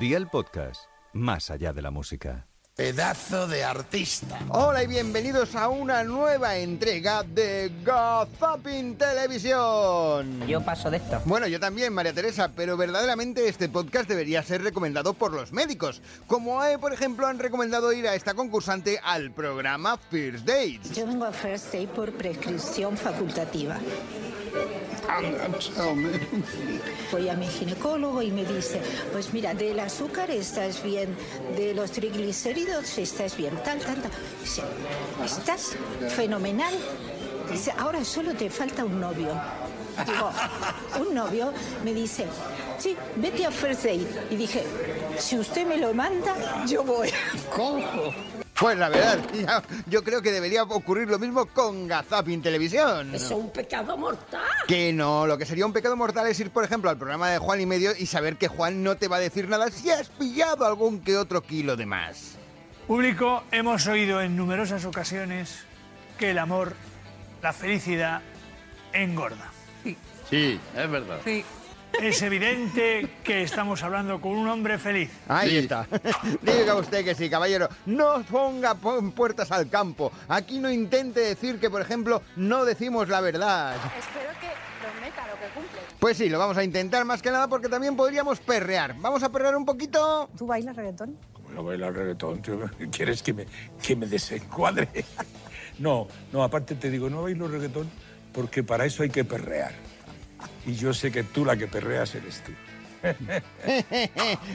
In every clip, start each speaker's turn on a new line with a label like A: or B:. A: Día el podcast, más allá de la música.
B: Pedazo de artista.
C: Hola y bienvenidos a una nueva entrega de Gazapin Televisión.
D: Yo paso de esto.
C: Bueno, yo también, María Teresa, pero verdaderamente este podcast debería ser recomendado por los médicos. Como, eh, por ejemplo, han recomendado ir a esta concursante al programa First Dates.
E: Yo vengo a First Aid por prescripción facultativa. Voy a mi ginecólogo y me dice, pues mira, del azúcar estás bien, de los triglicéridos estás bien, tal, tal, tal. Dice, estás fenomenal. Dice, ahora solo te falta un novio. Digo, un novio me dice, sí, vete a First Aid. Y dije, si usted me lo manda, yo voy.
C: Pues la verdad, ya- yo creo que debería ocurrir lo mismo con Gazapin Televisión.
D: Eso es un pecado mortal.
C: Que no, lo que sería un pecado mortal es ir, por ejemplo, al programa de Juan y medio y saber que Juan no te va a decir nada si has pillado algún que otro kilo de más.
F: Público, hemos oído en numerosas ocasiones que el amor, la felicidad, engorda.
B: Sí, es verdad.
F: Es evidente que estamos hablando con un hombre feliz.
C: Ahí
B: Sí.
C: está. Diga usted que sí, caballero. No ponga pu- puertas al campo. Aquí no intente decir que, por ejemplo, no decimos la verdad.
G: Espero que prometa lo que cumple.
C: Pues sí, lo vamos a intentar más que nada porque también podríamos perrear. Vamos a perrear un poquito.
G: ¿Tú bailas reggaetón?
H: No baila reggaetón, tío. ¿Quieres que me, que me desencuadre? No, no, aparte te digo, no bailo reggaetón porque para eso hay que perrear. Y yo sé que tú la que perreas eres tú.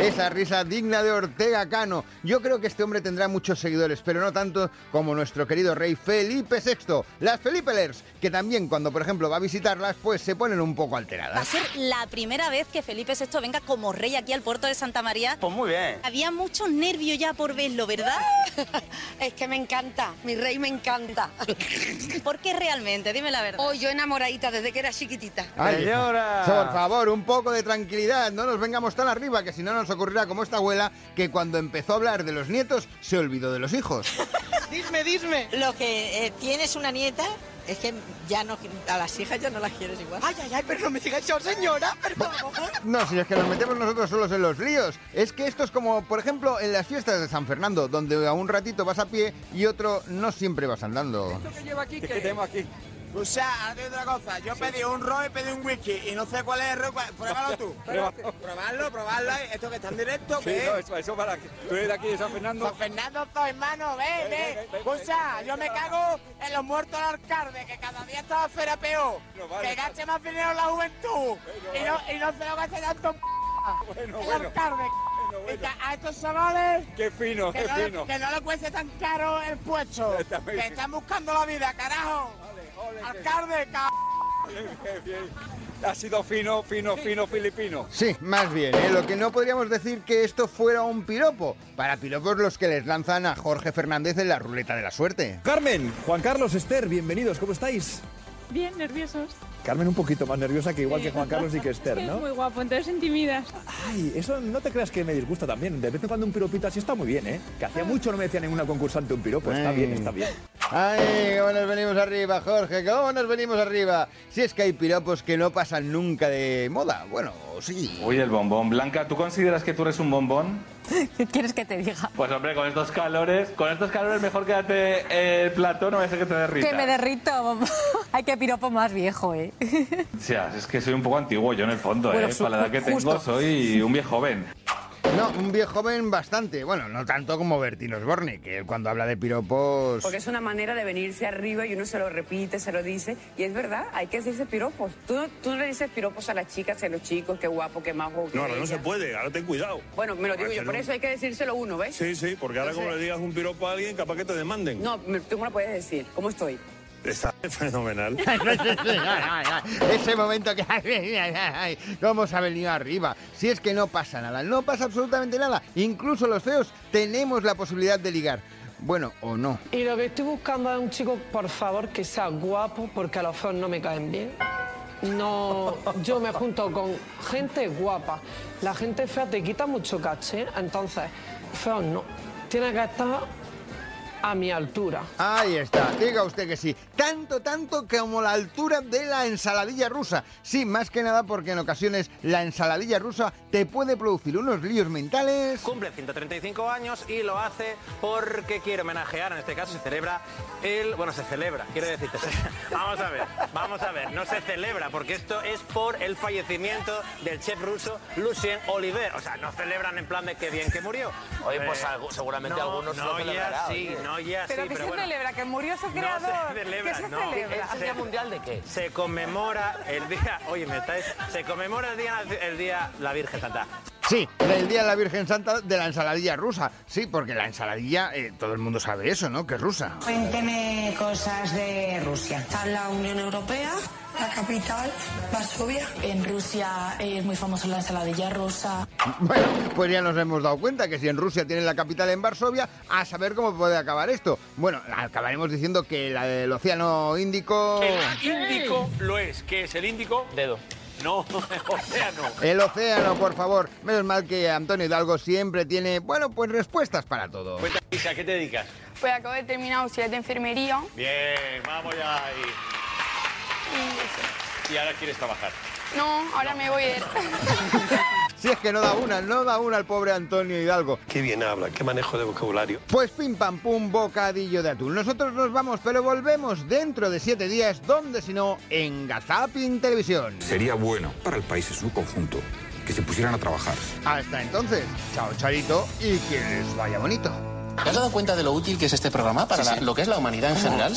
C: Esa risa digna de Ortega Cano. Yo creo que este hombre tendrá muchos seguidores, pero no tanto como nuestro querido rey Felipe VI. Las Felipelers, que también cuando, por ejemplo, va a visitarlas, pues se ponen un poco
I: Va a
C: alteradas.
I: ser la primera vez que Felipe VI venga como rey aquí al puerto de Santa María.
B: Pues muy bien.
I: Había mucho nervio ya por verlo, ¿verdad?
G: Es que me encanta, mi rey me encanta.
I: ¿Por qué realmente? Dime la verdad.
G: Hoy yo enamoradita desde que era chiquitita.
C: Ay,
B: Señora.
C: Por favor, un poco de tranquilidad, no nos vengamos tan arriba, que si no nos ocurrirá como esta abuela, que cuando empezó a hablar de los nietos, se olvidó de los hijos.
J: Lo que eh, tienes una nieta es que ya no a las hijas ya no las quieres igual. Ay, ay, ay, pero no me digas yo, señora, perdón.
C: No, si es que nos metemos nosotros solos en los líos. Es que esto es como, por ejemplo, en las fiestas de San Fernando, donde a un ratito vas a pie y otro no siempre vas andando.
B: O sea, hazte otra cosa. Yo pedí un ron y pedí un whisky y no sé cuál es el ron. cuál- Pruébalo tú. Probarlo, probarlo. Esto que está en directo, ¿qué es?
H: eso, para que tú eres de aquí de San Fernando.
B: ¿eh? San Fernando, tu hermano, ve, ve. Escucha, yo me cago en los muertos del alcalde, que cada día está la feria peor. Que gaste más dinero la juventud. Y no, y no se lo gaste tanto en p- el alcalde. Y que a estos chavales
H: Qué fino,
B: que no, le- que no le cueste tan caro el puesto. Que están buscando la vida, carajo. Alcalde, cabrón.
H: Ha sido fino, fino, fino, filipino.
C: Sí, más bien, ¿eh? lo que no podríamos decir que esto fuera un piropo. Para piropos los que les lanzan a Jorge Fernández en la ruleta de la suerte.
K: Carmen, Juan Carlos, Esther, bienvenidos, ¿cómo estáis?
G: Bien, nerviosos.
K: Carmen un poquito más nerviosa que igual que Juan Carlos y que Esther,
G: Es muy
K: ¿no?
G: guapo, entonces intimidas.
K: Ay, eso no te creas que me disgusta también. De vez en cuando un piropito así está muy bien, ¿eh? Que hacía mucho no me decía ninguna concursante un piropo. Está
C: Ay.
K: bien, está bien.
C: ¡Ay, cómo nos venimos arriba, Jorge! ¡Cómo nos venimos arriba! Si es que hay piropos que no pasan nunca de moda. Bueno, sí.
H: Oye, el bombón. Blanca, ¿tú consideras que tú eres un bombón?
I: ¿Qué quieres que te diga?
H: Pues hombre, con estos calores, con estos calores mejor quédate el platón, no vaya a ser que te derritas.
I: derrito. Hay que piropo más viejo, ¿eh?
H: O sea, es que soy un poco antiguo yo en el fondo,
I: Bueno,
H: ¿eh?
I: su-
H: Para la edad que
I: justo.
H: tengo soy un viejo joven.
C: No, un viejo joven bastante. Bueno, no tanto como Bertín Osborne, que él cuando habla de piropos...
J: Porque es una manera de venirse arriba y uno se lo repite, se lo dice. Y es verdad, hay que decirse piropos. Tú, no- tú no le dices piropos a las chicas y a los chicos, qué guapo, qué majo. qué
H: No, ahora no
J: bella.
H: se puede, ahora ten cuidado.
J: Bueno, me lo digo yo,
H: Marcelo.
J: por eso hay que decírselo uno, ¿ves?
H: Sí, sí, porque ahora como
J: Entonces-
H: le digas un piropo a alguien, capaz que te demanden.
J: No, me- tú me lo puedes decir. ¿Cómo estoy?
H: Está fenomenal.
C: Ese momento que... ¿Cómo se ha venido arriba? Si es que no pasa nada, no pasa absolutamente nada. Incluso los feos tenemos la posibilidad de ligar. Bueno, o no.
J: Y lo que estoy buscando es un chico, por favor, que sea guapo, porque a los feos no me caen bien. No, yo me junto con gente guapa. La gente fea te quita mucho caché, entonces, feos no. Tiene que estar a mi altura.
C: Ahí está, diga usted que sí. Tanto, tanto como la altura de la ensaladilla rusa. Sí, más que nada porque en ocasiones la ensaladilla rusa te puede producir unos líos mentales.
L: Cumple 135 años y lo hace porque quiere homenajear, en este caso se celebra el... Bueno, se celebra, quiero decirte. se- Vamos a ver, vamos a ver. No se celebra porque esto es por el fallecimiento del chef ruso Lucien Oliver. O sea, no celebran en plan de qué bien que murió. Eh,
M: Oye, pues algo- seguramente
L: no,
M: algunos
L: no
M: lo celebrarán,
L: ya sí,
M: oye.
L: no ya
M: Pero
L: sí,
M: que
L: pero
M: se
L: bueno.
M: celebra, que murió su
L: No
M: creador.
L: se celebra,
M: ¿Qué se
L: no.
M: celebra? ¿Es el Día Mundial
L: de qué? Se conmemora el día... Oye, me estáis... Se conmemora el día, el día la Virgen Santa.
C: Sí, del Día de la Virgen Santa de la ensaladilla rusa. Sí, porque la ensaladilla, eh, todo el mundo sabe eso, ¿no? Que es rusa.
N: Cuénteme cosas de Rusia. Está la Unión Europea, la capital, Varsovia. En Rusia es muy famosa la ensaladilla rusa.
C: Bueno, pues ya nos hemos dado cuenta que si en Rusia tienen la capital en Varsovia, a saber cómo puede acabar esto. Bueno, acabaremos diciendo que la del Océano Índico...
O: El Índico lo es. ¿Qué es el Índico? Dedo. No, océano.
C: El océano, por favor. Menos mal que Antonio Hidalgo siempre tiene, bueno, pues respuestas para todo.
O: Cuenta, Isa, ¿a qué te dedicas?
P: Pues acabo de terminar auxiliar de enfermería.
O: Bien, vamos ya ahí. Y ahora quieres trabajar.
P: No, ahora me voy a ir.
C: Si es que no da una, no da una al pobre Antonio Hidalgo.
Q: Qué bien habla, qué manejo de vocabulario.
C: Pues pim pam pum, bocadillo de atún. Nosotros nos vamos, pero volvemos dentro de siete días, donde si no, en Gazapin Televisión.
R: Sería bueno para el país en su conjunto que se pusieran a trabajar.
C: Hasta entonces, chao Charito y que les vaya bonito.
S: ¿Te has dado cuenta de lo útil que es este programa para la- lo que es la humanidad en general?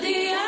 D: Dial.